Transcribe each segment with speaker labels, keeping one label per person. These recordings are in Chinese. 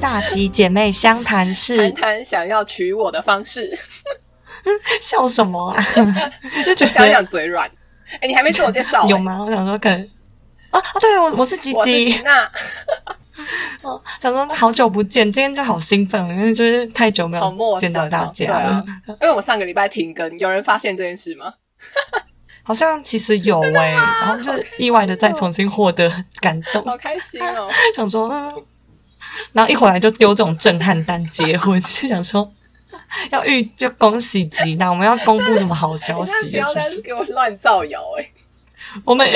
Speaker 1: 大吉姐妹相谈
Speaker 2: 谈
Speaker 1: 室，
Speaker 2: 谈想要娶我的方式，
Speaker 1: 笑什么 啊？就觉
Speaker 2: 讲
Speaker 1: 得
Speaker 2: 讲嘴软。哎、你还没自我介绍、
Speaker 1: 有吗？我想说可能啊啊，对我我是吉
Speaker 2: 我是
Speaker 1: 吉
Speaker 2: 吉，娜，
Speaker 1: 哦，想说好久不见，今天就好兴奋，因为就是太久没
Speaker 2: 好
Speaker 1: 有
Speaker 2: 陌
Speaker 1: 见
Speaker 2: 生、
Speaker 1: 到
Speaker 2: 哦。
Speaker 1: 大
Speaker 2: 对
Speaker 1: 家了。
Speaker 2: 啊，因为我上个礼拜停更，有人发现这件事吗？
Speaker 1: 好像其实有哎、然后就是意外的再重新获得感 动，
Speaker 2: 好开心哦！
Speaker 1: 想说，嗯，然后一回来就丢这种震撼弹结婚， 就想说要预就恭喜吉娜，我们要公布什么好消
Speaker 2: 你
Speaker 1: 息 了？
Speaker 2: 真的不要
Speaker 1: 是不
Speaker 2: 再
Speaker 1: 是？
Speaker 2: 给我乱造谣哎、
Speaker 1: 我们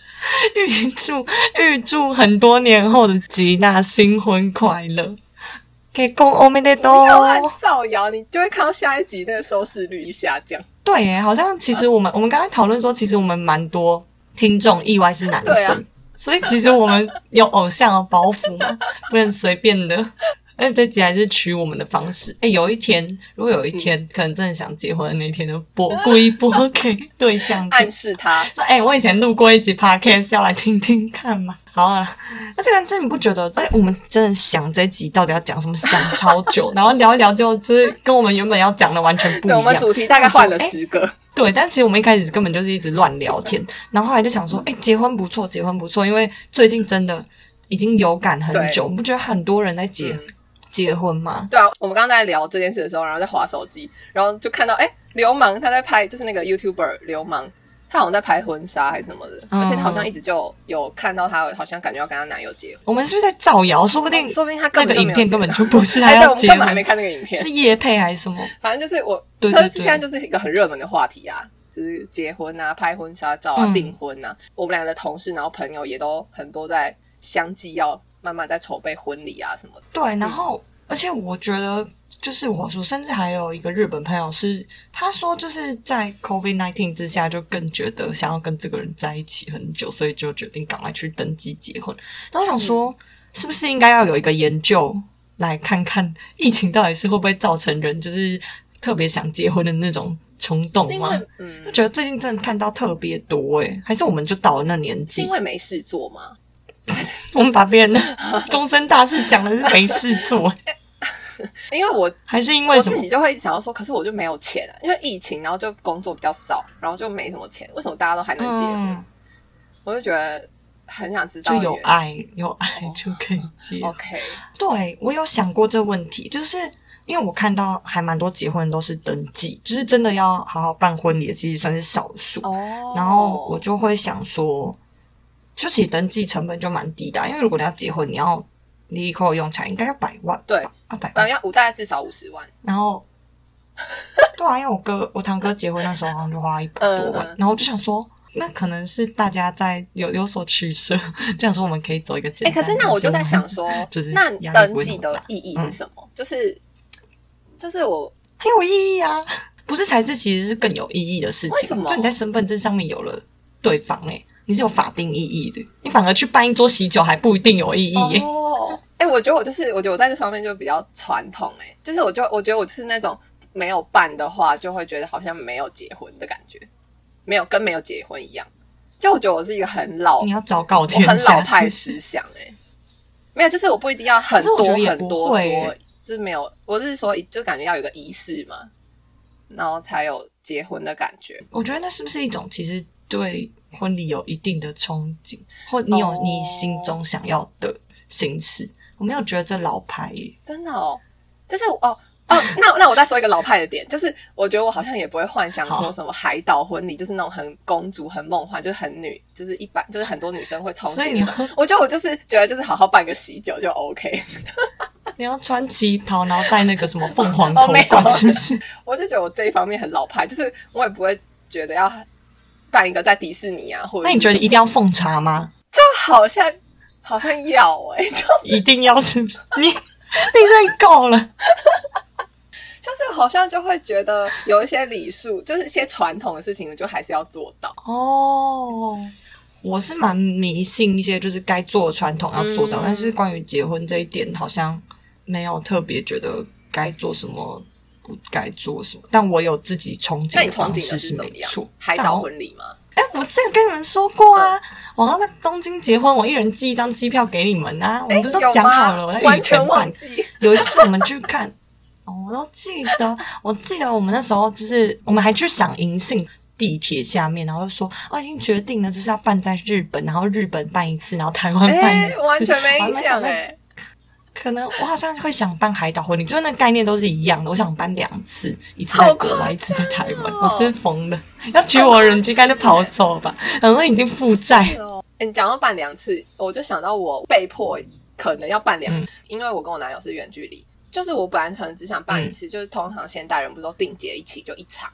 Speaker 1: 预祝预祝很多年后的吉娜新婚快乐，可以共欧美的
Speaker 2: 不要乱
Speaker 1: 多。
Speaker 2: 造谣，你就会看到下一集那个收视率一下降。
Speaker 1: 对耶，好像其实我们我们刚才讨论说，其实我们蛮多听众意外是男
Speaker 2: 对
Speaker 1: 生，
Speaker 2: 啊
Speaker 1: 所以其实我们有偶像的包袱嘛， 不能随便的。而且这集还是取我们的方式。哎，有一天，如果有一天、
Speaker 2: 嗯
Speaker 1: 可能真的想结婚的那天，就播故意播给对象听
Speaker 2: 暗。示他
Speaker 1: 说，哎、我以前录过一集 podcast，要来听听看嘛。好啊，那这个真你不觉得？哎、我们真的想这集到底要讲什么，想超久，然后聊一聊，就就是跟我们原本要讲的完全不一
Speaker 2: 对
Speaker 1: 样。
Speaker 2: 我们主题大概换了十个，
Speaker 1: 对，但其实我们一开始根本就是一直乱聊天，然后后来就想说，哎、结婚不错，结婚不错，因为最近真的已经有感很久，你不觉得很多人在结、
Speaker 2: 嗯
Speaker 1: 结婚吗？
Speaker 2: 对啊，我们刚刚在聊这件事的时候，然后在划手机，然后就看到哎、流氓他在拍，就是那个 YouTuber 流氓，他好像在拍婚纱还是什么的，
Speaker 1: 嗯
Speaker 2: 而且他好像一直就有看到他，好像感觉要跟他男友结婚，
Speaker 1: 我们是不是在造谣？说不定
Speaker 2: 说不定他
Speaker 1: 那
Speaker 2: 根
Speaker 1: 个
Speaker 2: 本就
Speaker 1: 影
Speaker 2: 没有
Speaker 1: 片
Speaker 2: 结
Speaker 1: 根
Speaker 2: 婚
Speaker 1: 本就不是他
Speaker 2: 哎，对，
Speaker 1: 要
Speaker 2: 我们
Speaker 1: 结
Speaker 2: 根
Speaker 1: 婚，
Speaker 2: 本还没看那个影片
Speaker 1: 是，叶配还是什么？
Speaker 2: 反正就是我，
Speaker 1: 对
Speaker 2: 这
Speaker 1: 对对
Speaker 2: 现在就是一个很热门的话题啊，就是结婚啊、拍婚纱照啊、
Speaker 1: 嗯
Speaker 2: 订婚啊，我们俩的同事然后朋友也都很多在相继要慢慢在筹备婚礼啊什么的，
Speaker 1: 对，然后而且我觉得，就是我我甚至还有一个日本朋友是，他说就是在 COVID nineteen 之下，就更觉得想要跟这个人在一起很久，所以就决定赶快去登记结婚。然后我想说，
Speaker 2: 嗯
Speaker 1: 是不是应该要有一个研究来看看疫情到底是会不会造成人就是特别想结婚的那种冲动
Speaker 2: 是因
Speaker 1: 吗？
Speaker 2: 为嗯
Speaker 1: 就，觉得最近真的看到特别多诶、还是我们就到了那年
Speaker 2: 是
Speaker 1: 纪
Speaker 2: 因，为没事做吗？
Speaker 1: 我们把别 人的终身大事讲的是没事做，欸
Speaker 2: 因为我
Speaker 1: 还是因为
Speaker 2: 我
Speaker 1: 什么
Speaker 2: 自？己就会想要说，可是我就没有钱啊，因为疫情，然后就工作比较少，然后就没什么钱，为什么大家都还能结婚？
Speaker 1: 嗯，
Speaker 2: 我就觉得很想知道
Speaker 1: 就有
Speaker 2: 原
Speaker 1: 爱，有爱就可以结。
Speaker 2: OK，
Speaker 1: 哦对我有想过这个问题，就是因为我看到还蛮多结婚都是登记，就是真的要好好办婚礼的，其实算是少数。
Speaker 2: 哦，
Speaker 1: 然后我就会想说，就其实登记成本就蛮低的啊、因为如果你要结婚，你要离离口口用钱应该要百万吧，
Speaker 2: 对
Speaker 1: 要百
Speaker 2: 呃
Speaker 1: 万。
Speaker 2: 要五大概至少五十万，
Speaker 1: 然后， 对啊，因为我哥我堂哥结婚那时候好像就花一百多万，
Speaker 2: 嗯嗯
Speaker 1: 然后我就想说。那可能是大家在有有所取舍，就想说我们可以走一个简
Speaker 2: 哎、
Speaker 1: 单。
Speaker 2: 可是那我就在想，说，
Speaker 1: 就是
Speaker 2: 那
Speaker 1: 压力不
Speaker 2: 登
Speaker 1: 会那么
Speaker 2: 记的
Speaker 1: 大嗯
Speaker 2: 意义是什么？就是就是我
Speaker 1: 很有意义啊！不是才是，其实是更有意义的事情。啊
Speaker 2: 为什么
Speaker 1: 就你在身份证上面有了对方、欸，你是有法定意义的。你反而去办一桌喜酒还不一定有意义、欸。
Speaker 2: 哦，哎、我觉得我就是，我觉得我在这方面就比较传统、哎，就是我就我觉得我就是那种没有办的话，就会觉得好像没有结婚的感觉，没有跟没有结婚一样。就我觉得我是一个很老
Speaker 1: 你，要昭告
Speaker 2: 我
Speaker 1: 天
Speaker 2: 很
Speaker 1: 下
Speaker 2: 老 派
Speaker 1: 是
Speaker 2: 思想、哎，没有，就是我不一定要很
Speaker 1: 可是我
Speaker 2: 多
Speaker 1: 觉得也
Speaker 2: 很
Speaker 1: 不
Speaker 2: 多
Speaker 1: 会
Speaker 2: 桌
Speaker 1: 哎，
Speaker 2: 就是没有，我是说，就感觉要有个仪式嘛，然后才有结婚的感觉。
Speaker 1: 我觉得那是不是一种其实对婚礼有一定的憧憬，或你有
Speaker 2: 哦
Speaker 1: 你心中想要的形式？我没有觉得这老牌、耶。
Speaker 2: 真的哦，就是哦哦， 那那我再说一个老派的点，就是我觉得我好像也不会幻想
Speaker 1: 好
Speaker 2: 说什么海岛婚礼，就是那种很公主、很梦幻，就是很女，就是一般，就是很多女生会憧
Speaker 1: 所以
Speaker 2: 憬
Speaker 1: 你
Speaker 2: 那
Speaker 1: 要
Speaker 2: 种。我觉得我就是觉得就是好好办个喜酒就 OK，
Speaker 1: 你要穿旗袍，然后戴那个什么凤凰头
Speaker 2: 哦没有
Speaker 1: 冠，是不是？
Speaker 2: 我就觉得我这一方面很老派，就是我也不会觉得要办一个在迪士尼啊，或者
Speaker 1: 那你觉得一
Speaker 2: 一
Speaker 1: 定要奉茶吗？
Speaker 2: 就好像好像要哎、 就
Speaker 1: 一定要是不是？你 你真够了。
Speaker 2: 就是好像就会觉得有一些礼数，就是一些传统的事情，就还是要做到。
Speaker 1: 哦，我是蛮迷信一些，就是该做的传统要做到，
Speaker 2: 嗯
Speaker 1: 但是关于结婚这一点，好像没有特别觉得该做什么，不该做什么。但我有自己憧憬
Speaker 2: 那你
Speaker 1: 的
Speaker 2: 憧
Speaker 1: 方
Speaker 2: 憬的
Speaker 1: 式
Speaker 2: 是什
Speaker 1: 没
Speaker 2: 么样
Speaker 1: 错，？
Speaker 2: 海
Speaker 1: 但
Speaker 2: 岛
Speaker 1: 我
Speaker 2: 婚礼吗？
Speaker 1: 哎，我之前跟你们说过啊，我要在东京结婚，我一人寄一张机票给你们啊，我们不是都
Speaker 2: 哎有
Speaker 1: 讲好
Speaker 2: 吗？
Speaker 1: 了？我在羽
Speaker 2: 完
Speaker 1: 泉
Speaker 2: 全
Speaker 1: 办
Speaker 2: 忘，记，
Speaker 1: 有一次我们去看， 哦我都记得，我记得我们那时候就是我们还去赏银杏地铁下面，然后就说哦已经决定了，就是要办在日本，然后日本办一次，然后台湾办一
Speaker 2: 哎、
Speaker 1: 次，
Speaker 2: 完全没
Speaker 1: 我还
Speaker 2: 印象
Speaker 1: 蛮想
Speaker 2: 哎、
Speaker 1: 再可能我好像会想办海岛婚礼，就是那概念都是一样的。我想办两次，一次在
Speaker 2: 好
Speaker 1: 国
Speaker 2: 夸
Speaker 1: 外，一次在台湾。
Speaker 2: 张
Speaker 1: 我
Speaker 2: 哦
Speaker 1: 真疯了，要娶我的人就应该就跑走吧。然后已经负债，
Speaker 2: 欸你讲到办两次，我就想到我被迫可能要办两次，
Speaker 1: 嗯
Speaker 2: 因为我跟我男友是远距离，就是我本来可能只想办一
Speaker 1: 嗯
Speaker 2: 次，就是通常现代人不是都定结一起就一场，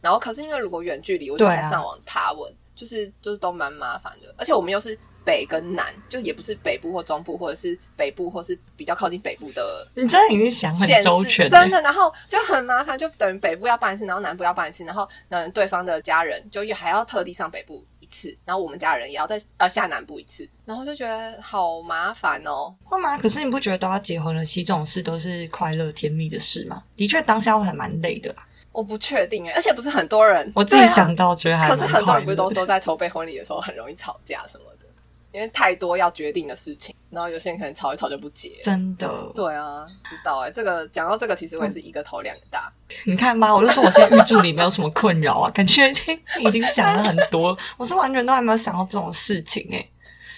Speaker 2: 然后可是因为如果远距离，我就
Speaker 1: 对啊
Speaker 2: 在上网爬文，就是就是都蛮麻烦的，而且我们又是北跟南，就也不是北部或中部，或者是北部或是比较靠近北部的
Speaker 1: 你真的已经想很
Speaker 2: 现
Speaker 1: 周
Speaker 2: 实
Speaker 1: 全
Speaker 2: 真
Speaker 1: 了。
Speaker 2: 的，然后就很麻烦，就等于北部要办一次，然后南部要办一次，然后嗯，对方的家人就也还要特地上北部一次，然后我们家人也要再呃下南部一次，然后就觉得好麻烦哦。
Speaker 1: 会吗？可是你不觉得都要结婚了，其实这种事都是快乐甜蜜的事吗？的确，当下会还蛮累的啊、
Speaker 2: 我不确定哎，而且不是很多人，
Speaker 1: 我自己
Speaker 2: 对啊
Speaker 1: 想到觉得还
Speaker 2: 可
Speaker 1: 蛮
Speaker 2: 是
Speaker 1: 快乐的
Speaker 2: 很多人不是都说在筹备婚礼的时候很容易吵架什么的，因为太多要决定的事情，然后有些人可能吵一吵就不结。
Speaker 1: 真的，
Speaker 2: 对啊，知道哎，这个讲到这个，其实我也是一个头两个大。
Speaker 1: 你看吧，我就说我现在预祝你没有什么困扰啊， 感觉已经已经想了很 多，我是完全都还没有想到这种事情哎、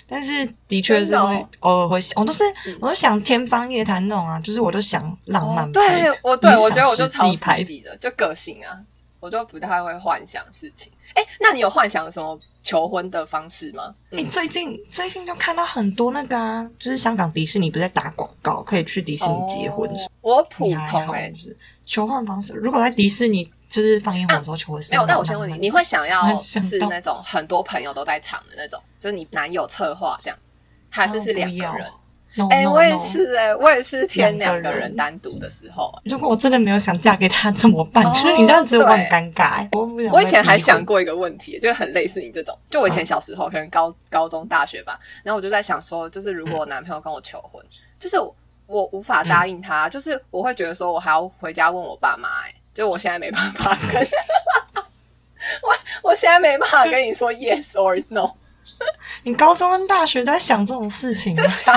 Speaker 1: 但是的确
Speaker 2: 真
Speaker 1: 是
Speaker 2: 的哦
Speaker 1: 会偶尔会想，我都是
Speaker 2: 嗯
Speaker 1: 我都想天方夜谭那种啊，就是我都想浪漫
Speaker 2: 哦、
Speaker 1: 派的、
Speaker 2: 对我对
Speaker 1: 你
Speaker 2: 我
Speaker 1: 想
Speaker 2: 觉得我就
Speaker 1: 实
Speaker 2: 超
Speaker 1: 际派
Speaker 2: 实际的，就个性啊，我就不太会幻想事情。哎，那你有幻想什么求婚的方式吗？嗯
Speaker 1: 你、哎最近最近就看到很多那个啊，就是香港迪士尼不是在打广告，可以去迪士尼结婚
Speaker 2: 哦，我普
Speaker 1: 你还
Speaker 2: 通
Speaker 1: 好
Speaker 2: 哎、
Speaker 1: 是不是求婚方式，如果在迪士尼就是放烟火的时候求婚是
Speaker 2: 没
Speaker 1: 浪
Speaker 2: 有，
Speaker 1: 漫
Speaker 2: 那
Speaker 1: 吗，
Speaker 2: 我先问你，你会想要
Speaker 1: 想到
Speaker 2: 是那种很多朋友都在场的那种，就是你男友策划这样，还是
Speaker 1: 哦
Speaker 2: 是两
Speaker 1: 不
Speaker 2: 个
Speaker 1: 要
Speaker 2: 人？
Speaker 1: No,
Speaker 2: 哎、
Speaker 1: no,
Speaker 2: 我也
Speaker 1: no
Speaker 2: 是哎、我也是偏
Speaker 1: 两个
Speaker 2: 两个
Speaker 1: 人
Speaker 2: 人单独的时候、
Speaker 1: 如果我真的没有想嫁给他 怎么办？
Speaker 2: 哦
Speaker 1: 就是你这样子，我
Speaker 2: 对
Speaker 1: 很尴尬、欸。我不想
Speaker 2: 我以前还
Speaker 1: 再逼
Speaker 2: 想
Speaker 1: 婚，
Speaker 2: 过一个问题，就很类似你这种。就我以前小时候，可能高高中、大学吧，然后我就在想说，就是如果我男朋友跟我求婚，就是我无法答应他，就是我会觉得说我还要回家问我爸妈、欸，就我现在没办法跟， 我我现在没办法跟你说 yes or no，
Speaker 1: 你高中跟大学都在想这种事情、啊，
Speaker 2: 就想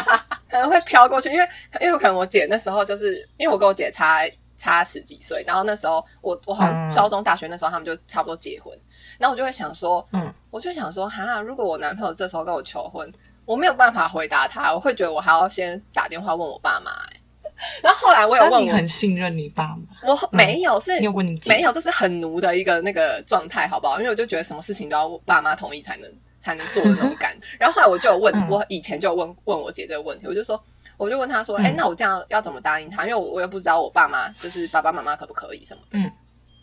Speaker 2: 可能会飘过去，因为因为可能我姐那时候就是因为我跟我姐差差十几岁，然后那时候我我好
Speaker 1: 嗯
Speaker 2: 像高中、大学那时候他们就差不多结婚，然后我就会想说，
Speaker 1: 嗯，
Speaker 2: 我就想说，哈，如果我男朋友这时候跟我求婚，我没有办法回答他，我会觉得我还要先打电话问我爸妈、欸。然后后来我有
Speaker 1: 那
Speaker 2: 问
Speaker 1: 你
Speaker 2: 我，
Speaker 1: 很信任你爸妈，
Speaker 2: 我没有是
Speaker 1: 你有问你姐
Speaker 2: 没有，这是很奴的一个那个状态，好不好？因为我就觉得什么事情都要我爸妈同意才能才能做的那种感。 然后后来我就有问，
Speaker 1: 嗯
Speaker 2: 我以前就有问问我姐这个问题，我就说，我就问她说，
Speaker 1: 嗯
Speaker 2: 哎、那我这样要怎么答应他？因为我我又不知道我爸妈就是爸爸妈妈可不可以什么的。
Speaker 1: 嗯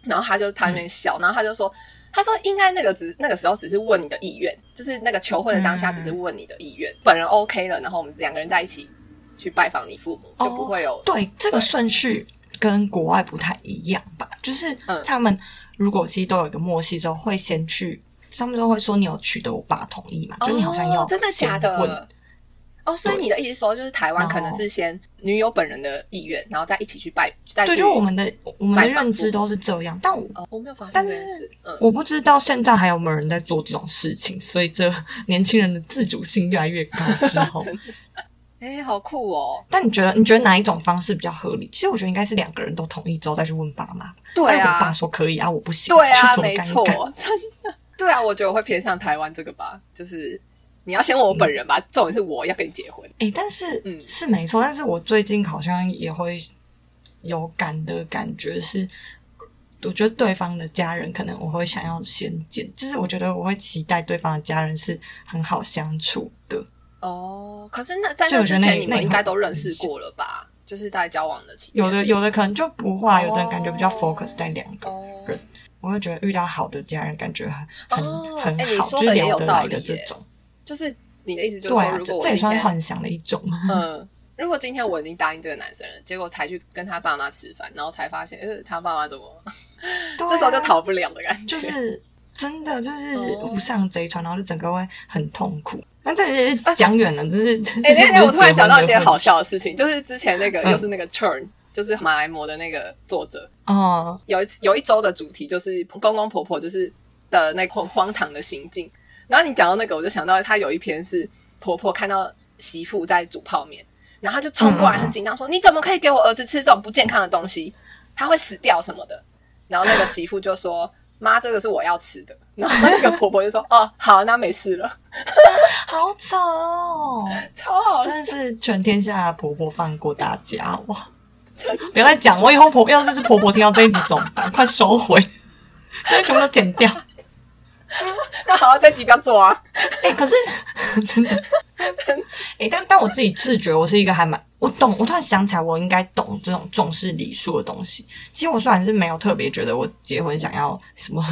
Speaker 2: 然后他就他那边笑，然后他就说，他说应该那个只那个时候只是问你的意愿，就是那个求婚的当下只
Speaker 1: 嗯
Speaker 2: 是问你的意愿，本人 OK 了，然后我们两个人在一起去拜访你父母，
Speaker 1: 哦
Speaker 2: 就不会有。
Speaker 1: 对这个
Speaker 2: 对
Speaker 1: 顺序跟国外不太一样吧？就是
Speaker 2: 嗯
Speaker 1: 他们如果其实都有一个默契之后，会先去，他们都会说你有取得我爸同意嘛？就你好像要
Speaker 2: 哦、真的假
Speaker 1: 先问
Speaker 2: 的？哦，所以你的意思说，就是台湾可能是先女友本人的意愿，然后再一起去拜，再
Speaker 1: 对，
Speaker 2: 去
Speaker 1: 就我们的我们的
Speaker 2: 拜访
Speaker 1: 认知
Speaker 2: 父母
Speaker 1: 都是这样，但我
Speaker 2: 哦，我没有发现
Speaker 1: 但
Speaker 2: 这
Speaker 1: 是
Speaker 2: 件事。嗯，
Speaker 1: 我不知道现在还有没有人在做这种事情，所以这 年轻人的自主性越来越 高之后，
Speaker 2: 哎、好酷哦！
Speaker 1: 但你觉得你觉得哪一种方式比较合理？其实我觉得应该是两个人都同意之后再去问爸妈。
Speaker 2: 对
Speaker 1: 那如果爸
Speaker 2: 啊，
Speaker 1: 说可以啊，我不行，
Speaker 2: 对啊，
Speaker 1: 就多
Speaker 2: 没
Speaker 1: 尴尬
Speaker 2: 错，真的。对啊，我觉得我会偏向台湾这个吧，就是你要先问我本人吧，重点是我要跟你结婚。
Speaker 1: 哎、但是、
Speaker 2: 嗯
Speaker 1: 是没错，但是我最近好像也会有感的感觉是，我觉得对方的家人可能我会想要先见，就是我觉得我会期待对方的家人是很好相处的。
Speaker 2: 哦，可是那在
Speaker 1: 这
Speaker 2: 那
Speaker 1: 我觉
Speaker 2: 之
Speaker 1: 得那
Speaker 2: 前，你
Speaker 1: 那
Speaker 2: 们
Speaker 1: 一
Speaker 2: 应该
Speaker 1: 块
Speaker 2: 都
Speaker 1: 很
Speaker 2: 认
Speaker 1: 明
Speaker 2: 识
Speaker 1: 显
Speaker 2: 过了吧？就是在交往的期间，
Speaker 1: 有的有的可能就不会啊，有的人感觉比较
Speaker 2: 哦
Speaker 1: focus 在两个人，
Speaker 2: 哦，
Speaker 1: 人我会觉得遇到好的家人感觉很很、
Speaker 2: 哦
Speaker 1: 很
Speaker 2: 哎你
Speaker 1: 好，
Speaker 2: 说
Speaker 1: 就是
Speaker 2: 的也
Speaker 1: 聊
Speaker 2: 有
Speaker 1: 得
Speaker 2: 道
Speaker 1: 来
Speaker 2: 理
Speaker 1: 的这
Speaker 2: 耶
Speaker 1: 种。
Speaker 2: 就是你的意思就是
Speaker 1: 对
Speaker 2: 说，
Speaker 1: 啊，
Speaker 2: 如
Speaker 1: 这
Speaker 2: 果我
Speaker 1: 这也
Speaker 2: 今
Speaker 1: 算
Speaker 2: 天
Speaker 1: 是幻想的一 种嘛。
Speaker 2: 嗯，如果今天我已经答应这个男生了，结果才去跟他爸妈吃饭，然后才发现，呃，他爸妈怎么，
Speaker 1: 对啊
Speaker 2: 这时候就逃不了的感觉。
Speaker 1: 就是真的就是
Speaker 2: 哦
Speaker 1: 无上贼船，然后就整个会很痛苦。那这也是讲远了，就是
Speaker 2: 啊哎、
Speaker 1: 这
Speaker 2: 那那我突然想到一件好
Speaker 1: 事
Speaker 2: 笑的事情，就是之前那个
Speaker 1: 嗯
Speaker 2: 又是那个 Churn，就是马来模的那个作者，
Speaker 1: 哦，
Speaker 2: 有一次有一周的主题就是公公婆婆就是。的那个很荒唐的行径。然后你讲到那个，我就想到他有一篇是婆婆看到媳妇在煮泡面，然后她就冲过来很紧张
Speaker 1: 嗯
Speaker 2: 说：“你怎么可以给我儿子吃这种不健康的东西？他会死掉什么的。”然后那个媳妇就说：“妈，这个是我要吃的。” 然后那个婆婆就说：“哦，好，那没事了。
Speaker 1: 好丑哦，”
Speaker 2: 超好笑
Speaker 1: 真，的是全天下的婆婆放过大家哇！
Speaker 2: 真的
Speaker 1: 不要再讲，我以后婆要是是婆婆听到这一集怎么办？快收回， 这全部都剪掉。
Speaker 2: 那好，这集不要做啊。
Speaker 1: 哎、可是真的，
Speaker 2: 真的
Speaker 1: 哎、但但我自己自觉，我是一个还蛮我懂。我突然想起来，我应该懂这种重视礼数的东西。其实我虽然是没有特别觉得我结婚想要什么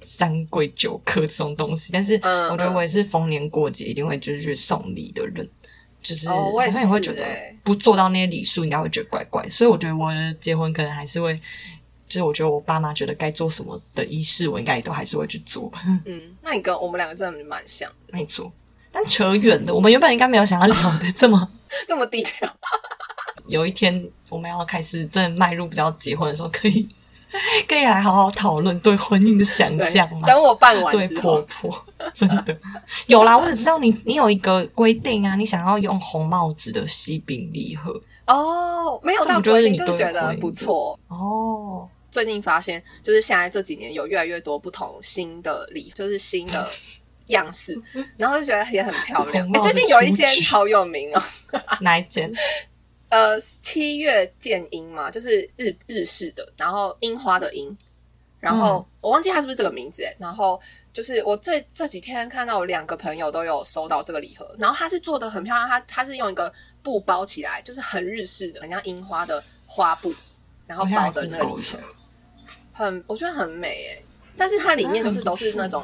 Speaker 1: 三跪九叩这种东西，但是
Speaker 2: 嗯
Speaker 1: 我觉得我也是逢年过节一定会就是去送礼的人。就是
Speaker 2: 哦我
Speaker 1: 好
Speaker 2: 也
Speaker 1: 像也会
Speaker 2: 是
Speaker 1: 觉得
Speaker 2: 欸
Speaker 1: 不做到那些礼数，应该会觉得怪怪。所以我觉得我的结婚可能还是会，就是我觉得我爸妈觉得该做什么的仪式，我应该也都还是会去做。
Speaker 2: 嗯，那你跟我们两个真的蛮像的，
Speaker 1: 没错，但扯远了，我们原本应该没有想要聊的这么。
Speaker 2: 这么低调。
Speaker 1: 有一天我们要开始真的迈入比较结婚的时候，可以可以来好好讨论对婚姻的想
Speaker 2: 对
Speaker 1: 象吗？
Speaker 2: 等我办
Speaker 1: 对
Speaker 2: 完之
Speaker 1: 婆
Speaker 2: 后，
Speaker 1: 婆，真的有啦。我只知道你你有一个规定啊，你想要用红帽子的喜饼礼盒
Speaker 2: 哦，没有
Speaker 1: 这
Speaker 2: 到
Speaker 1: 种就是
Speaker 2: 规定，
Speaker 1: 你
Speaker 2: 就是
Speaker 1: 都
Speaker 2: 觉
Speaker 1: 有
Speaker 2: 得
Speaker 1: 回
Speaker 2: 不
Speaker 1: 应
Speaker 2: 错。
Speaker 1: 哦。
Speaker 2: 最近发现，就是现在这几年有越来越多不同新的礼，就是新的样 式，然后就觉得也很漂亮。
Speaker 1: 红
Speaker 2: 哎、
Speaker 1: 帽
Speaker 2: 最
Speaker 1: 的
Speaker 2: 近有一
Speaker 1: 雏
Speaker 2: 间
Speaker 1: 菊
Speaker 2: 好有名哦，
Speaker 1: 哪一间？
Speaker 2: 呃，七月见樱嘛，就是日日式的，然后樱花的樱，然后、
Speaker 1: 嗯
Speaker 2: 我忘记它是不是这个名字、欸，然后就是我这这几天看到我两个朋友都有收到这个礼盒，然后它是做的很漂亮，它它是用一个布包起来，就是很日式的，很像樱花的花布，然后
Speaker 1: 我现
Speaker 2: 包
Speaker 1: 在
Speaker 2: 着
Speaker 1: 来
Speaker 2: 那个礼
Speaker 1: 一
Speaker 2: 盒
Speaker 1: 下。。
Speaker 2: 很我觉得很美诶、但是它里面就是都是那种，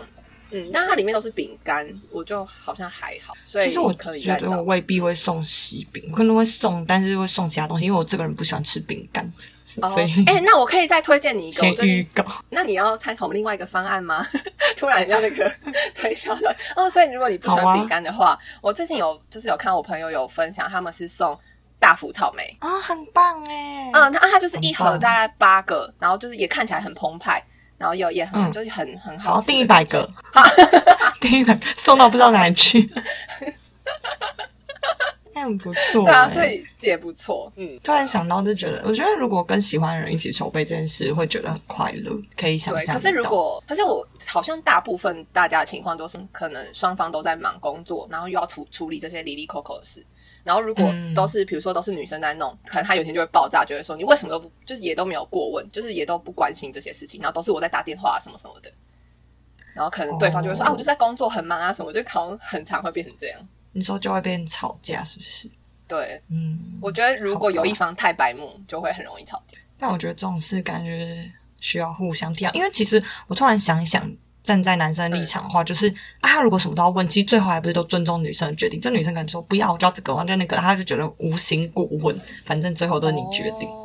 Speaker 2: 嗯，但它里面都是饼干，我就好像还好，所以
Speaker 1: 其实我
Speaker 2: 可以
Speaker 1: 觉
Speaker 2: 再
Speaker 1: 得我
Speaker 2: 找。
Speaker 1: 未必会送喜饼，我可能会送，但是会送其他东西，因为我这个人不喜欢吃饼干，
Speaker 2: 哦
Speaker 1: 所以，
Speaker 2: 哎、那我可以再推荐你一个，
Speaker 1: 先
Speaker 2: 我最
Speaker 1: 预
Speaker 2: 近，
Speaker 1: 告。
Speaker 2: 那你要参考我们另外一个方案吗？ 突然要那个 推销的哦，所以如果你不
Speaker 1: 好
Speaker 2: 喜欢
Speaker 1: 啊
Speaker 2: 饼干的话，我最近有就是有看我朋友有分享，他们是送大福草莓，
Speaker 1: 啊，很棒哎！
Speaker 2: 嗯，它它就是一盒
Speaker 1: 很棒
Speaker 2: 大概八个，然后就是也看起来很澎湃，然后有也很、
Speaker 1: 嗯
Speaker 2: 就是很很好
Speaker 1: 好，
Speaker 2: 吃
Speaker 1: 订
Speaker 2: 的
Speaker 1: 一百个， 订一百个，送到不知道哪里去。 那很不错、欸，
Speaker 2: 对啊，所以也不错，嗯。
Speaker 1: 突然想到就觉得，我觉得如果跟喜欢的人一起筹备这件事，会觉得很快乐，可以想
Speaker 2: 对，
Speaker 1: 象
Speaker 2: 可
Speaker 1: 得到。
Speaker 2: 是如果，可是我好像大部分大家的情况都是，可能双方都在忙工作，然后又要处处理这些离离扣扣的事。然后如果
Speaker 1: 嗯
Speaker 2: 都是，比如说都是女生在弄，可能她有一天就会爆炸，就会说你为什么都不，就是也都没有过问，就是也都不关心这些事情，然后都是我在打电话啊什么什么的。然后可能对方就会说、
Speaker 1: 哦
Speaker 2: 啊，我就在工作很忙啊什么，就好像很常会变成这样。
Speaker 1: 你说就会变成吵架，是不是？
Speaker 2: 对，
Speaker 1: 嗯，
Speaker 2: 我觉得如果
Speaker 1: 好吧
Speaker 2: 有一方太白目，就会很容易吵架。
Speaker 1: 但我觉得这种事感觉需要互相体谅，因为其实我突然想一想，站在男生的立场的话，就是啊，他如果什么都要问，其实最后还不是都尊重女生的决定。这女生可能说不要，我就要这个，我就那个，他就觉得无心过问，反正最后都是你决定。
Speaker 2: 哦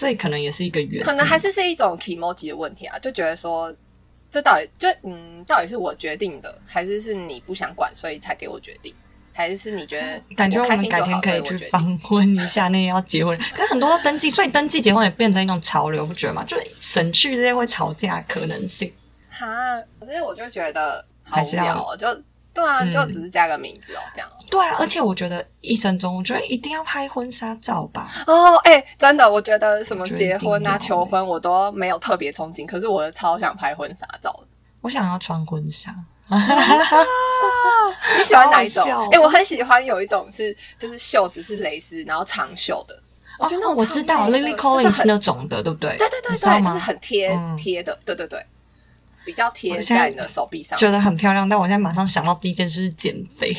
Speaker 1: 这可能也是一个原因，
Speaker 2: 可能还是是一种 emoji 的问题啊，就觉得说这到底就嗯，到底是我决定的，还是是你不想管，所以才给我决定，还是是你觉得
Speaker 1: 感觉
Speaker 2: 我
Speaker 1: 我
Speaker 2: 开
Speaker 1: 们
Speaker 2: 心就
Speaker 1: 改天
Speaker 2: 好，所
Speaker 1: 可
Speaker 2: 以
Speaker 1: 以
Speaker 2: 我
Speaker 1: 去
Speaker 2: 决定。
Speaker 1: 访问一下那些要结婚的人，可是很多都登记，所以登记结婚也变成一种潮流，不觉得吗？就是省去这些会吵架的可能性。
Speaker 2: 哈，可是我就觉得好
Speaker 1: 还
Speaker 2: 无
Speaker 1: 是要
Speaker 2: 聊、哦，就对啊，
Speaker 1: 嗯
Speaker 2: 就只是加个名字哦，这样
Speaker 1: 对啊，而且我觉得一生中，我觉得一定要拍婚纱照吧。
Speaker 2: 哦，哎、真的，我觉得什么
Speaker 1: 我觉得
Speaker 2: 结婚啊、
Speaker 1: 一定要
Speaker 2: 求婚我都没有特别憧憬，可是我超想拍婚纱照的。
Speaker 1: 我想要穿婚纱，
Speaker 2: 你喜欢哪一种
Speaker 1: 好好笑哦？
Speaker 2: 哎、我很喜欢有一种是就是袖子是蕾丝，然后长袖的，我觉得那
Speaker 1: 哦
Speaker 2: 种，
Speaker 1: 我知道
Speaker 2: 超美的
Speaker 1: Lily
Speaker 2: 就是
Speaker 1: Collins
Speaker 2: 很
Speaker 1: 那种的，对不对？
Speaker 2: 对对对
Speaker 1: 你知道
Speaker 2: 对，就
Speaker 1: 吗
Speaker 2: 是很贴
Speaker 1: 嗯
Speaker 2: 贴的，对对对，比较贴
Speaker 1: 我现在
Speaker 2: 在你的手臂上，
Speaker 1: 觉得很漂亮，但我现在马上想到第一件事是减肥。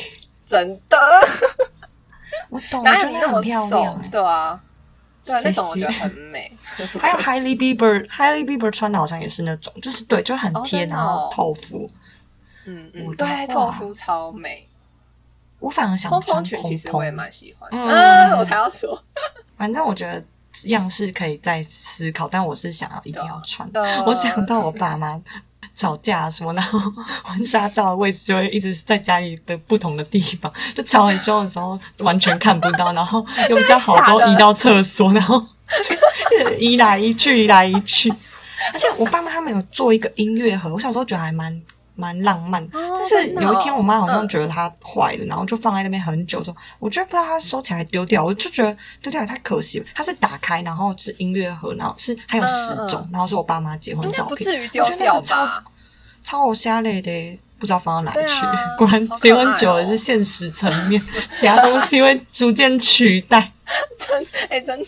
Speaker 2: 真的，
Speaker 1: 我懂，我
Speaker 2: 哪有
Speaker 1: 觉
Speaker 2: 你
Speaker 1: 得
Speaker 2: 那
Speaker 1: 很
Speaker 2: 么
Speaker 1: 漂
Speaker 2: 瘦
Speaker 1: 亮、？欸。
Speaker 2: 对啊，对，
Speaker 1: 谢谢
Speaker 2: 那种我觉得很美。
Speaker 1: 还有 Hailey Bieber，Hailey Bieber 穿的好像也是那种，就是对，就很
Speaker 2: 哦
Speaker 1: 贴，
Speaker 2: 真的
Speaker 1: 然
Speaker 2: 哦
Speaker 1: 后透肤。
Speaker 2: 嗯嗯，
Speaker 1: 我的
Speaker 2: 对，
Speaker 1: 话
Speaker 2: 透肤超美，
Speaker 1: 我反而想
Speaker 2: 蓬
Speaker 1: 穿
Speaker 2: 蓬裙其实
Speaker 1: 蓬
Speaker 2: 我也蛮喜欢。
Speaker 1: 嗯
Speaker 2: 嗯，我才要说，
Speaker 1: 反正我觉得样式可以再思考，但我是想要一定要穿。
Speaker 2: 对啊
Speaker 1: 我想到我爸妈吵架什么，然后婚纱照的位置就会一直在家里的不同的地方， 就吵很凶的时候完全看不到，然后又比较好的时候
Speaker 2: 真
Speaker 1: 移
Speaker 2: 的假的
Speaker 1: 到厕所，然后就一直移来移去，移来移去。而且我爸妈他们有做一个音乐盒，我小时候觉得还蛮蛮浪漫。但是
Speaker 2: 哦真的
Speaker 1: 有一天，
Speaker 2: 哦
Speaker 1: 我妈好像
Speaker 2: 嗯
Speaker 1: 觉得它坏了，然后就放在那边很久，之后我就不知道它收起来丢掉，我就觉得丢掉也太可惜了。它是打开，然后是音乐盒，然后是还有
Speaker 2: 嗯
Speaker 1: 十种，然后是我爸妈结婚
Speaker 2: 应该
Speaker 1: 照
Speaker 2: 不
Speaker 1: 片，
Speaker 2: 至于丢掉吧？
Speaker 1: 超我瞎累的，不知道放到哪里去。
Speaker 2: 对啊
Speaker 1: 果然
Speaker 2: 好可
Speaker 1: 结
Speaker 2: 爱哦
Speaker 1: 婚久了是现实层面，其他东西会逐渐取 代。
Speaker 2: 真哎、真的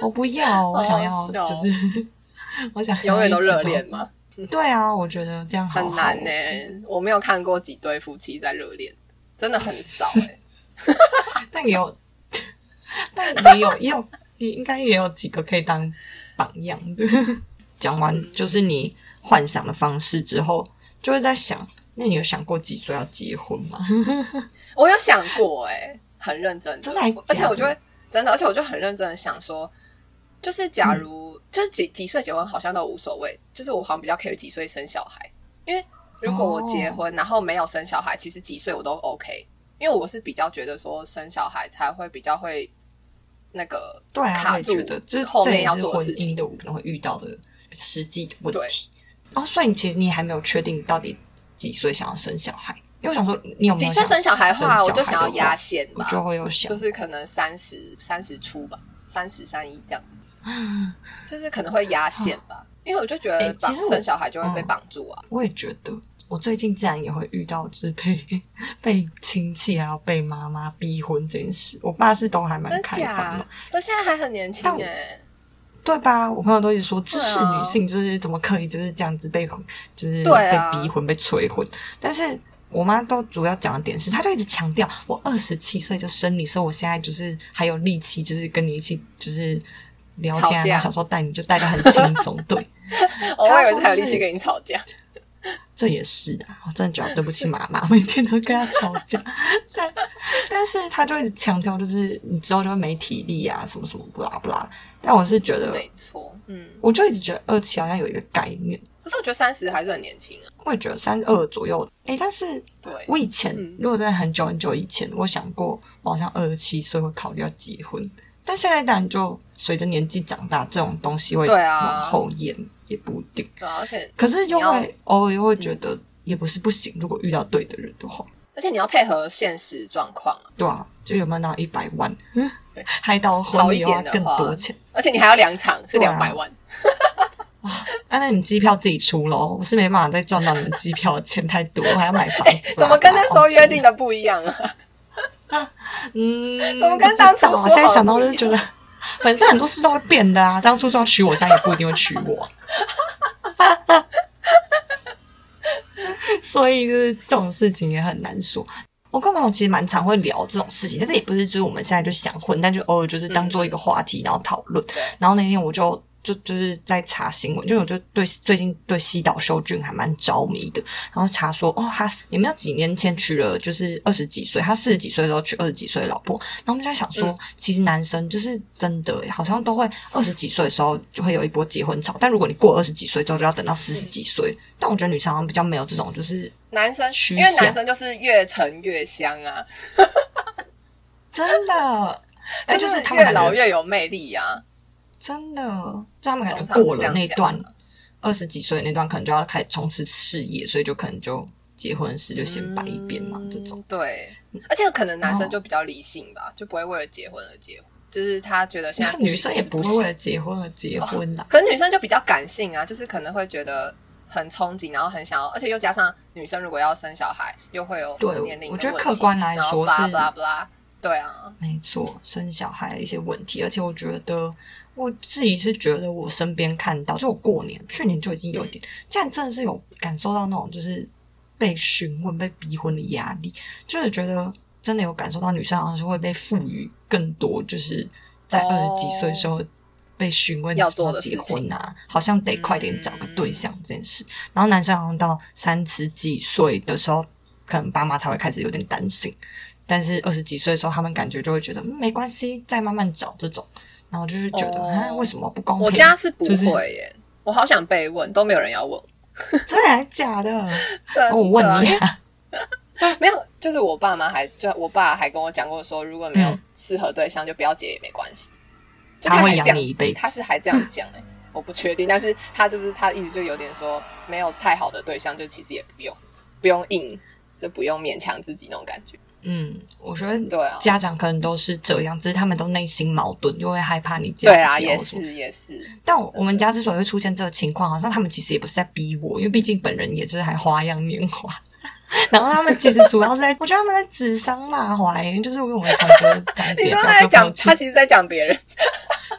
Speaker 1: 我不要，我想要
Speaker 2: 好好笑哦
Speaker 1: 就是。 我想要
Speaker 2: 永远都
Speaker 1: 一直
Speaker 2: 热恋嘛，
Speaker 1: 对啊，我觉得这样好
Speaker 2: 很
Speaker 1: 好
Speaker 2: 难欸呢、我没有看过几对夫妻在热恋，真的很少哎、
Speaker 1: 但也有， 但也 有，也有，也应该也有几个可以当榜样的。 讲完就是你幻想的方式之后，就会在想，那你有想过几岁要结婚吗？
Speaker 2: 我有想过哎、很认真
Speaker 1: 真的还假的
Speaker 2: 而且我就会真的，而且我就很认真的想说，就是假如、就是几几岁结婚好像都无所谓，就是我好像比较 care 几岁生小孩，因为如果我
Speaker 1: 哦
Speaker 2: 结婚、然后没有生小孩，其实几岁我都 OK，因为我是比较觉得说生小孩才会比较会那个
Speaker 1: 对啊，我
Speaker 2: 卡
Speaker 1: 也
Speaker 2: 住
Speaker 1: 觉得，这
Speaker 2: 后
Speaker 1: 这
Speaker 2: 面
Speaker 1: 也
Speaker 2: 要
Speaker 1: 是
Speaker 2: 做的
Speaker 1: 婚
Speaker 2: 事情
Speaker 1: 姻。的我们会遇到的实际的问
Speaker 2: 对
Speaker 1: 题。哦，所以你其实你还没有确定到底几岁想要生小孩，因为我想说你有没
Speaker 2: 几
Speaker 1: 有
Speaker 2: 岁
Speaker 1: 想
Speaker 2: 生小孩的
Speaker 1: 生
Speaker 2: 话，我
Speaker 1: 小
Speaker 2: 就
Speaker 1: 孩
Speaker 2: 想要
Speaker 1: 的话
Speaker 2: 压线
Speaker 1: 我
Speaker 2: 吧，
Speaker 1: 就会有想
Speaker 2: 就是可能三十三十出吧，三十三一 这样，就是可能会压线吧，因为我就觉
Speaker 1: 哎
Speaker 2: 得
Speaker 1: 其
Speaker 2: 绑
Speaker 1: 实我
Speaker 2: 生小孩就会被
Speaker 1: 嗯
Speaker 2: 绑住啊。
Speaker 1: 我也觉得，我最近竟然也会遇到，就是被被亲戚还有被妈妈逼婚这件事。我爸是都还蛮
Speaker 2: 真
Speaker 1: 开放
Speaker 2: 假
Speaker 1: 的，？
Speaker 2: 都现在还很年轻
Speaker 1: 但我
Speaker 2: 哎、
Speaker 1: 对吧？我朋友都一直说支持
Speaker 2: 对啊
Speaker 1: 女性，就是怎么可以就是这样子被就是
Speaker 2: 对
Speaker 1: 被
Speaker 2: 啊
Speaker 1: 逼婚、被催婚，但是。我妈都主要讲的点是，她就一直强调我二十七岁就生你，所以我现在就是还有力气，就是跟你一起就是聊
Speaker 2: 吵
Speaker 1: 天啊。
Speaker 2: 架
Speaker 1: 然后小时候带你就带的很轻松，对，
Speaker 2: 我以
Speaker 1: 他
Speaker 2: 为
Speaker 1: 说
Speaker 2: 他有
Speaker 1: 就
Speaker 2: 力
Speaker 1: 是
Speaker 2: 气跟你吵架，
Speaker 1: 这也是的，我真的觉得哦对不起妈 妈，每天都跟她吵架。 但但是她就一直强调，就是你之后就会没体力啊，什么什么不啦不啦。但我是觉得，
Speaker 2: 没错，嗯。
Speaker 1: 我就一直觉得二七好像有一个概念，
Speaker 2: 可是我觉得三十还是很年轻啊。
Speaker 1: 我也觉得三二左右。诶，但是
Speaker 2: 对，
Speaker 1: 我以前、
Speaker 2: 嗯
Speaker 1: 如果在很久很久以前，我想过我好像二十七岁会考虑要结婚，但现在当然就随着年纪长大，这种东西会
Speaker 2: 对啊
Speaker 1: 往后延，也不一定。
Speaker 2: 对啊、而且
Speaker 1: 可是就
Speaker 2: 你要嗯
Speaker 1: 会偶尔又会觉得也不是不行，如果遇到对的人的话。
Speaker 2: 而且你要配合现实状况啊，
Speaker 1: 对啊，就有没有拿一百万
Speaker 2: 对，
Speaker 1: 嗨到婚
Speaker 2: 好
Speaker 1: 礼
Speaker 2: 一
Speaker 1: 又要
Speaker 2: 点的
Speaker 1: 更
Speaker 2: 话
Speaker 1: 多钱。
Speaker 2: 而且你还要两场是
Speaker 1: 对啊
Speaker 2: 两百万，。
Speaker 1: 啊，那你机票自己出喽，我是没办法再赚到你们机票的钱太多，我还要买房子啊
Speaker 2: 怎么跟那时候约定
Speaker 1: 的？
Speaker 2: 的不一样啊？
Speaker 1: 嗯，
Speaker 2: 怎么跟当初
Speaker 1: 不知道啊
Speaker 2: 说好的
Speaker 1: 现在想到
Speaker 2: 不一
Speaker 1: 就
Speaker 2: 样
Speaker 1: 觉得，反正很多事都会变的啊。当初说要娶我，现在也不一定会娶我 啊。所以就是这种事情也很难说。我跟我朋友其实蛮常会聊这种事情，但是也不是就是我们现在就想混，但就偶尔就是当做一个话题，然后讨论。
Speaker 2: 对
Speaker 1: 然后那天我就就就是在查新闻，就我就对最近对西岛秀俊还蛮着迷的，然后查说哦，他有没有几年前娶了就是二十几岁，他四十几岁的时候娶二十几岁的老婆，然后我们就在想说，
Speaker 2: 嗯
Speaker 1: 其实男生就是真的欸好像都会二十几岁的时候就会有一波结婚潮，但如果你过二十几岁之后，就要等到四十几岁，
Speaker 2: 嗯
Speaker 1: 但我觉得女生好像比较没有这种就是。
Speaker 2: 男生
Speaker 1: 趋
Speaker 2: 因为
Speaker 1: 向
Speaker 2: 男生就是越沉越香啊，
Speaker 1: 真 的，哎，
Speaker 2: 但
Speaker 1: 就是他们
Speaker 2: 越
Speaker 1: 感觉
Speaker 2: 老越有魅力啊。
Speaker 1: 真的，就他们感
Speaker 2: 通
Speaker 1: 觉
Speaker 2: 常是
Speaker 1: 过
Speaker 2: 这
Speaker 1: 了
Speaker 2: 样
Speaker 1: 那
Speaker 2: 讲
Speaker 1: 段二十几岁的那段，可能就要开始从事事业，所以就可能就结婚事就先摆一边嘛。这种
Speaker 2: 嗯对，而且可能男
Speaker 1: 哦
Speaker 2: 生就比较理性吧，就不会为了结婚而结婚，就是他觉得现
Speaker 1: 那
Speaker 2: 在
Speaker 1: 女生也
Speaker 2: 不
Speaker 1: 不
Speaker 2: 行
Speaker 1: 会
Speaker 2: 就
Speaker 1: 为
Speaker 2: 是行
Speaker 1: 了结婚而结婚啦。
Speaker 2: 可是女生就比较感性啊，就是可能会觉得很憧憬，然后很想要，而且又加上女生如果要生小孩，又会有
Speaker 1: 对
Speaker 2: 年龄的
Speaker 1: 我觉得
Speaker 2: 问
Speaker 1: 客
Speaker 2: 题
Speaker 1: 观来
Speaker 2: 然后
Speaker 1: 说
Speaker 2: 巴
Speaker 1: 是
Speaker 2: 拉巴拉，对啊，
Speaker 1: 没错，生小孩的一些问题，而且我觉得我自己是觉得我身边看到，就我过年去年就已经有一点，这样真的是有感受到那种就是被询问、被逼婚的压力，就是觉得真的有感受到女生好像是会被赋予更多，就是在
Speaker 2: 哦
Speaker 1: 二十几岁的时候被询问
Speaker 2: 要
Speaker 1: 怎么
Speaker 2: 做的事
Speaker 1: 结
Speaker 2: 情
Speaker 1: 婚啊，好像得快点找个对
Speaker 2: 嗯
Speaker 1: 象这件事，然后男生好像到三十几岁的时候，可能爸妈才会开始有点担心。但是二十几岁的时候，他们感觉就会觉得、嗯、没关系，再慢慢找这种，然后就是觉得
Speaker 2: 哦
Speaker 1: 啊、为什么不公平？
Speaker 2: 我家是不
Speaker 1: 就是
Speaker 2: 会耶，我好想被问，都没有人要问，
Speaker 1: 真的还假的？
Speaker 2: 真的
Speaker 1: 哦我问你、啊，
Speaker 2: 没有，就是我爸妈还就我爸还跟我讲过说，如果没有
Speaker 1: 嗯
Speaker 2: 适合对象，就不要结也没关系。就
Speaker 1: 他会
Speaker 2: 还这
Speaker 1: 养
Speaker 2: 样
Speaker 1: 你一辈子
Speaker 2: 他是还这样讲哎、我不确定，但是他就是他一直就有点说，没有太好的对象，就其实也不用不用硬，就不用勉强自己那种感觉。
Speaker 1: 嗯，我觉得
Speaker 2: 对啊，
Speaker 1: 家长可能都是这样，只是他们都内心矛盾，就会害怕你这
Speaker 2: 对
Speaker 1: 样。
Speaker 2: 啦，也。是也是，
Speaker 1: 但我我们家之所以会出现这个情况，好像他们其实也不是在逼我，因为毕竟本人也就是还花样年华。 然后他们其实主要是在，我觉得他们在指桑骂槐，就是因为我们常说堂
Speaker 2: 你
Speaker 1: 姐
Speaker 2: 知道
Speaker 1: 不
Speaker 2: 他
Speaker 1: 要
Speaker 2: 在讲，
Speaker 1: 讲，
Speaker 2: 他其实在讲别人，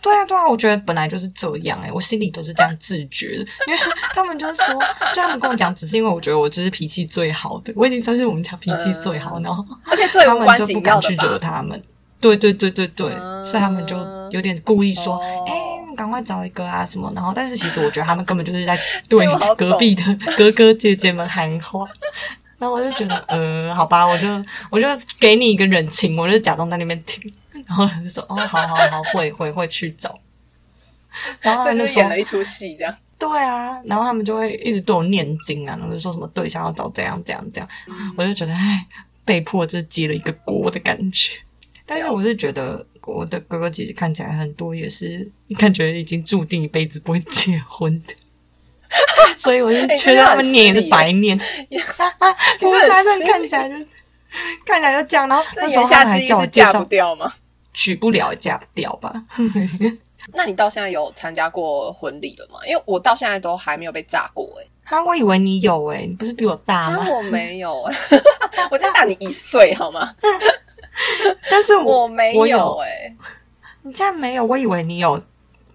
Speaker 1: 对啊，对啊，我觉得本来就是这样哎、我心里都是这样自觉的，因为 他们就是说，就他们跟我讲，只是因为我觉得我就是脾气最好的，我已经算是我们家脾气最好，然后
Speaker 2: 而且最
Speaker 1: 他
Speaker 2: 无
Speaker 1: 们
Speaker 2: 关
Speaker 1: 就不
Speaker 2: 紧
Speaker 1: 敢
Speaker 2: 要
Speaker 1: 去
Speaker 2: 的吧
Speaker 1: 惹？他们。对对对对对，
Speaker 2: 嗯
Speaker 1: 所以他们就有点故意说
Speaker 2: 哦：“
Speaker 1: 哎、你赶快找一个啊什么。”然后，但是其实我觉得他们根本 就是在对
Speaker 2: 我好懂
Speaker 1: 隔壁的哥哥姐姐们喊话。然后我就觉得，呃，好吧，我就我就给你一个人情，我就假装在那边听，然后他就说：“哦，好好好，会会会去找。”然后他啊
Speaker 2: 所以
Speaker 1: 们就
Speaker 2: 就
Speaker 1: 是说
Speaker 2: 演：“了一出戏这样。
Speaker 1: 对啊。”然后他们就会一直对我念经啊，然后就说什么对象要找怎样怎样怎样。
Speaker 2: 嗯
Speaker 1: 我就觉得，哎，被迫这接了一个锅的感 觉。但是我是觉得，我的哥哥姐姐看起来很多也是感觉已经注定一辈子不会结婚 的，所以我
Speaker 2: 哎
Speaker 1: 就觉得他们念也是白 念。不是，他们看起来就看起来就这样。然后
Speaker 2: 这
Speaker 1: 那时
Speaker 2: 言
Speaker 1: 候他
Speaker 2: 下
Speaker 1: 们
Speaker 2: 之
Speaker 1: 还
Speaker 2: 意
Speaker 1: 叫我
Speaker 2: 是
Speaker 1: 介
Speaker 2: 嫁不
Speaker 1: 绍，
Speaker 2: 掉吗？
Speaker 1: 娶不了也嫁不掉吧？
Speaker 2: 那你到现在有参加过婚礼了吗？因为我到现在都还没有被炸过哎、
Speaker 1: 他我以为你有诶、你不是比我大吗
Speaker 2: 啊，？我没有 哎、我才大你一岁好吗？
Speaker 1: 但是我
Speaker 2: 我没
Speaker 1: 我
Speaker 2: 有哎、
Speaker 1: 你竟然没有，我以为你有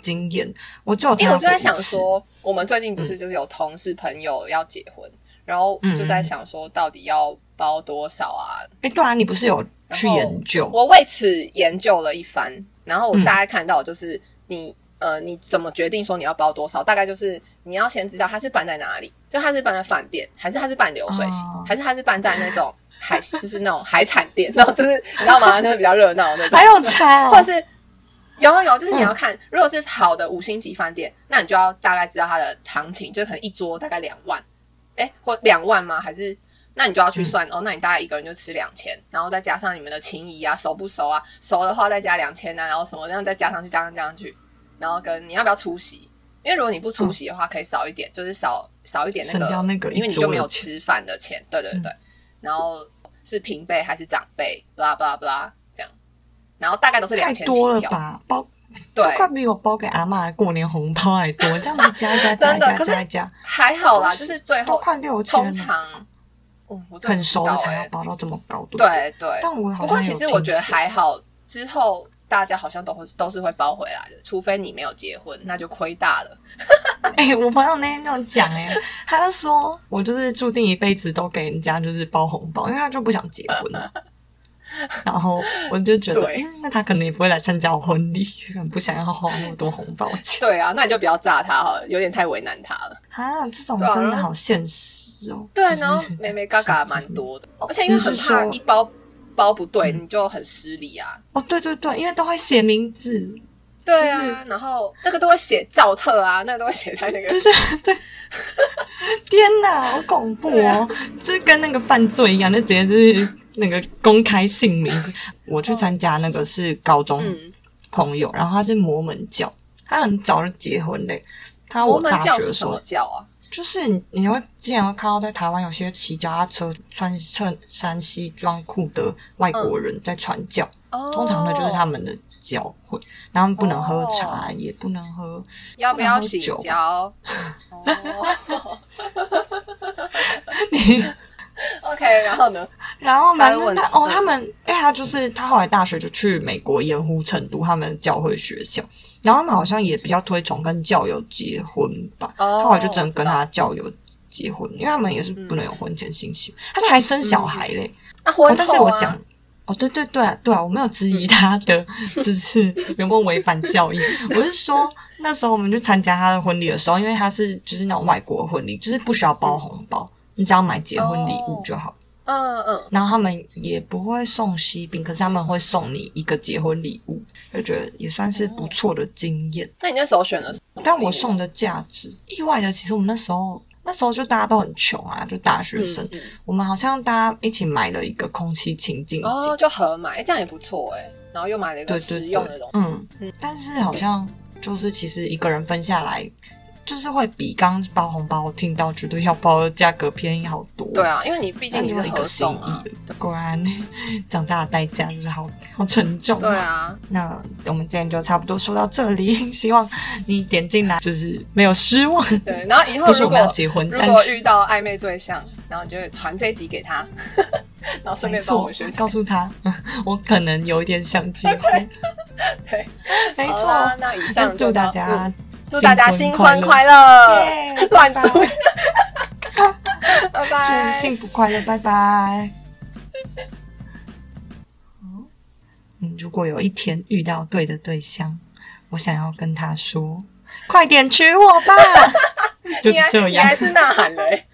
Speaker 1: 经验，我就有
Speaker 2: 因
Speaker 1: 参
Speaker 2: 为
Speaker 1: 加
Speaker 2: 我就在
Speaker 1: 过一
Speaker 2: 想
Speaker 1: 次
Speaker 2: 说，我们最近不是就是有同事朋友要结婚，然后就在想说到底要包多少啊？
Speaker 1: 哎、对啊，你不是有去研究？
Speaker 2: 我为此研究了一番，然后我大概看到就是你、呃你怎么决定说你要包多少？大概就是你要先知道它是办在哪里，就它是办在饭店，还是它是办流水席，
Speaker 1: 哦
Speaker 2: 还是它是办在那种海 就是那种海产店，然后就是 你知道吗？就是比较热闹的那种。
Speaker 1: 还有差、哦，嗯
Speaker 2: 或者是有有有，就是你要看，如果是好的五星级饭店，那你就要大概知道它的行情，就可能一桌大概两万，哎、或两万吗？还是那你就要
Speaker 1: 嗯
Speaker 2: 去算、哦，那你大概一个人就吃两千，然后再加上你们的情谊啊，熟不熟啊？熟的话再加两千啊，然后什么这样再加上去，加上加上去，然后跟你要不要出席？因为如果你不出席的话，可以少一点，就是少少一点那
Speaker 1: 嗯省
Speaker 2: 个，
Speaker 1: 掉那个一
Speaker 2: 因为你就
Speaker 1: 桌
Speaker 2: 没
Speaker 1: 的
Speaker 2: 有
Speaker 1: 钱嗯
Speaker 2: 吃饭的钱。对对对，然后是平辈还是长辈，blah blah blah 这样，然后大概都是两
Speaker 1: 太
Speaker 2: 千
Speaker 1: 多
Speaker 2: 起
Speaker 1: 了
Speaker 2: 跳。
Speaker 1: 吧？包
Speaker 2: 对，
Speaker 1: 快比我包给阿嬷的过年红包还多，这样子加一加加一
Speaker 2: 真的
Speaker 1: 加
Speaker 2: 可是
Speaker 1: 加一加，
Speaker 2: 还好啦，
Speaker 1: 都
Speaker 2: 就是是最
Speaker 1: 都
Speaker 2: 后
Speaker 1: 快六千
Speaker 2: 通
Speaker 1: 了，
Speaker 2: 常，嗯，我真的
Speaker 1: 很
Speaker 2: 不知
Speaker 1: 熟的
Speaker 2: 道
Speaker 1: 才
Speaker 2: 欸
Speaker 1: 要包到这么高，对不对？
Speaker 2: 对对，
Speaker 1: 但我好
Speaker 2: 不
Speaker 1: 像
Speaker 2: 过其
Speaker 1: 有
Speaker 2: 实我
Speaker 1: 听
Speaker 2: 觉得
Speaker 1: 说
Speaker 2: 还好，之后大家好像都会都是会包回来的，除非你没有结婚，那就亏大了。
Speaker 1: 哎、我朋友那天跟我讲，哎，他就说我就是注定一辈子都给人家就是包红包，因为他就不想结婚。然后我就觉得，
Speaker 2: 对
Speaker 1: 嗯那他可能也不会来参加我婚礼，不想要花那么多红包钱
Speaker 2: 对啊，那你就不要炸他好了，有点太为难他了。
Speaker 1: 啊！这种
Speaker 2: 对啊
Speaker 1: 真的
Speaker 2: 然后
Speaker 1: 好现实哦。
Speaker 2: 对啊
Speaker 1: 就，是
Speaker 2: 然后美美嘎嘎蛮多的，而且因为很
Speaker 1: 你是
Speaker 2: 怕
Speaker 1: 说嗯
Speaker 2: 一包包不对，你就很失礼啊。
Speaker 1: 哦，对对对，因为都会写名字，
Speaker 2: 对啊，然后那个都会写造册啊，那个都会写在那个
Speaker 1: 对对对，天哪，好恐怖
Speaker 2: 对啊
Speaker 1: 哦！这、跟那个犯罪一样，那直接就是那个公开姓名。我去参加那个是高中
Speaker 2: 嗯，
Speaker 1: 朋友，然后他是摩门教，他很早就结婚嘞。他
Speaker 2: 摩
Speaker 1: 我
Speaker 2: 门
Speaker 1: 大
Speaker 2: 教
Speaker 1: 学
Speaker 2: 是
Speaker 1: 的时
Speaker 2: 什
Speaker 1: 候
Speaker 2: 么，教啊？
Speaker 1: 就是你你会经常会看到在台湾有些骑脚踏车、穿衬衫、西装裤的外国
Speaker 2: 嗯
Speaker 1: 人在传教，
Speaker 2: 哦，
Speaker 1: 通常呢就是他们的教会，然后他们不能喝
Speaker 2: 哦
Speaker 1: 茶，也不能喝
Speaker 2: 要不
Speaker 1: 不
Speaker 2: 要
Speaker 1: 能喝
Speaker 2: 醒
Speaker 1: 酒吧
Speaker 2: 交？哦
Speaker 1: 你。
Speaker 2: ，OK，然后呢？
Speaker 1: 然后反正他
Speaker 2: 还有
Speaker 1: 哦
Speaker 2: 问，题
Speaker 1: 他们哎、他就是他后来大学就去美国盐湖成都他们教会学校，然后他们好像也比较推崇跟教友结婚吧，
Speaker 2: 哦
Speaker 1: 他后来就只能跟
Speaker 2: 我知道嗯
Speaker 1: 他教友结婚，因为他们也是不能有婚前性行为，他是还生小孩嘞。
Speaker 2: 啊，婚
Speaker 1: 哦，但是
Speaker 2: 后
Speaker 1: 我
Speaker 2: 啊嗯
Speaker 1: 讲。哦，对对对、啊、对啊，我没有质疑他的，就是有没有违反教义。我是说，那时候我们去参加他的婚礼的时候，因为他是就是那种外国婚礼，就是不需要包红包，你只要买结婚礼物
Speaker 2: 嗯哦
Speaker 1: 就好。
Speaker 2: 嗯嗯，
Speaker 1: 然后他们也不会送喜饼，可是他们会送你一个结婚礼物，就觉得也算是
Speaker 2: 哦
Speaker 1: 不错的经验。
Speaker 2: 那你那时候选了什么？
Speaker 1: 但我送的价值，意外的，其实我们那时候那时候就大家都很穷啊，就大学生，
Speaker 2: 嗯
Speaker 1: 我们好像大家一起买了一个空气清净机，
Speaker 2: 欸哦，就合买，这样也不错哎。然后又买了一
Speaker 1: 嗯对对
Speaker 2: 个哦实
Speaker 1: 对
Speaker 2: 用的东西，嗯
Speaker 1: 嗯，但是好像就是其实一个人分下来，就是会比刚包红包听到觉得要包的价格便宜好多。
Speaker 2: 对，啊，因为你毕
Speaker 1: 毕竟
Speaker 2: 竟你
Speaker 1: 你
Speaker 2: 是
Speaker 1: 是一
Speaker 2: 合
Speaker 1: 个心
Speaker 2: 送啊
Speaker 1: 意，的。果然，长大的代价就是好好沉重。
Speaker 2: 对啊，
Speaker 1: 那我们今天就差不多说到这里， 希望你点进来就是没有失望。
Speaker 2: 对。然后以后
Speaker 1: 不是
Speaker 2: 如
Speaker 1: 我们要
Speaker 2: 果
Speaker 1: 结婚，
Speaker 2: 如
Speaker 1: 但
Speaker 2: 果遇到暧昧对象，然后你就会传这集给他， 然后顺
Speaker 1: 没
Speaker 2: 便帮
Speaker 1: 错
Speaker 2: 我宣，传
Speaker 1: 告。诉他 我可能有一点想结婚。
Speaker 2: 对，
Speaker 1: 没
Speaker 2: 好
Speaker 1: 错，
Speaker 2: 啦那以
Speaker 1: 那
Speaker 2: 上
Speaker 1: 祝
Speaker 2: 就
Speaker 1: 大
Speaker 2: 到
Speaker 1: 家
Speaker 2: 嗯祝大家新婚快
Speaker 1: 乐，
Speaker 2: 乐，
Speaker 1: 耶
Speaker 2: 乱祝，
Speaker 1: 拜
Speaker 2: 拜
Speaker 1: 祝
Speaker 2: 拜。
Speaker 1: 幸福快乐，拜拜。嗯，如果有一天遇到对的对象，我想要 跟他说：“快点娶我吧！”就是
Speaker 2: 你还
Speaker 1: 这
Speaker 2: 你
Speaker 1: 样
Speaker 2: 还。是呐喊了、欸。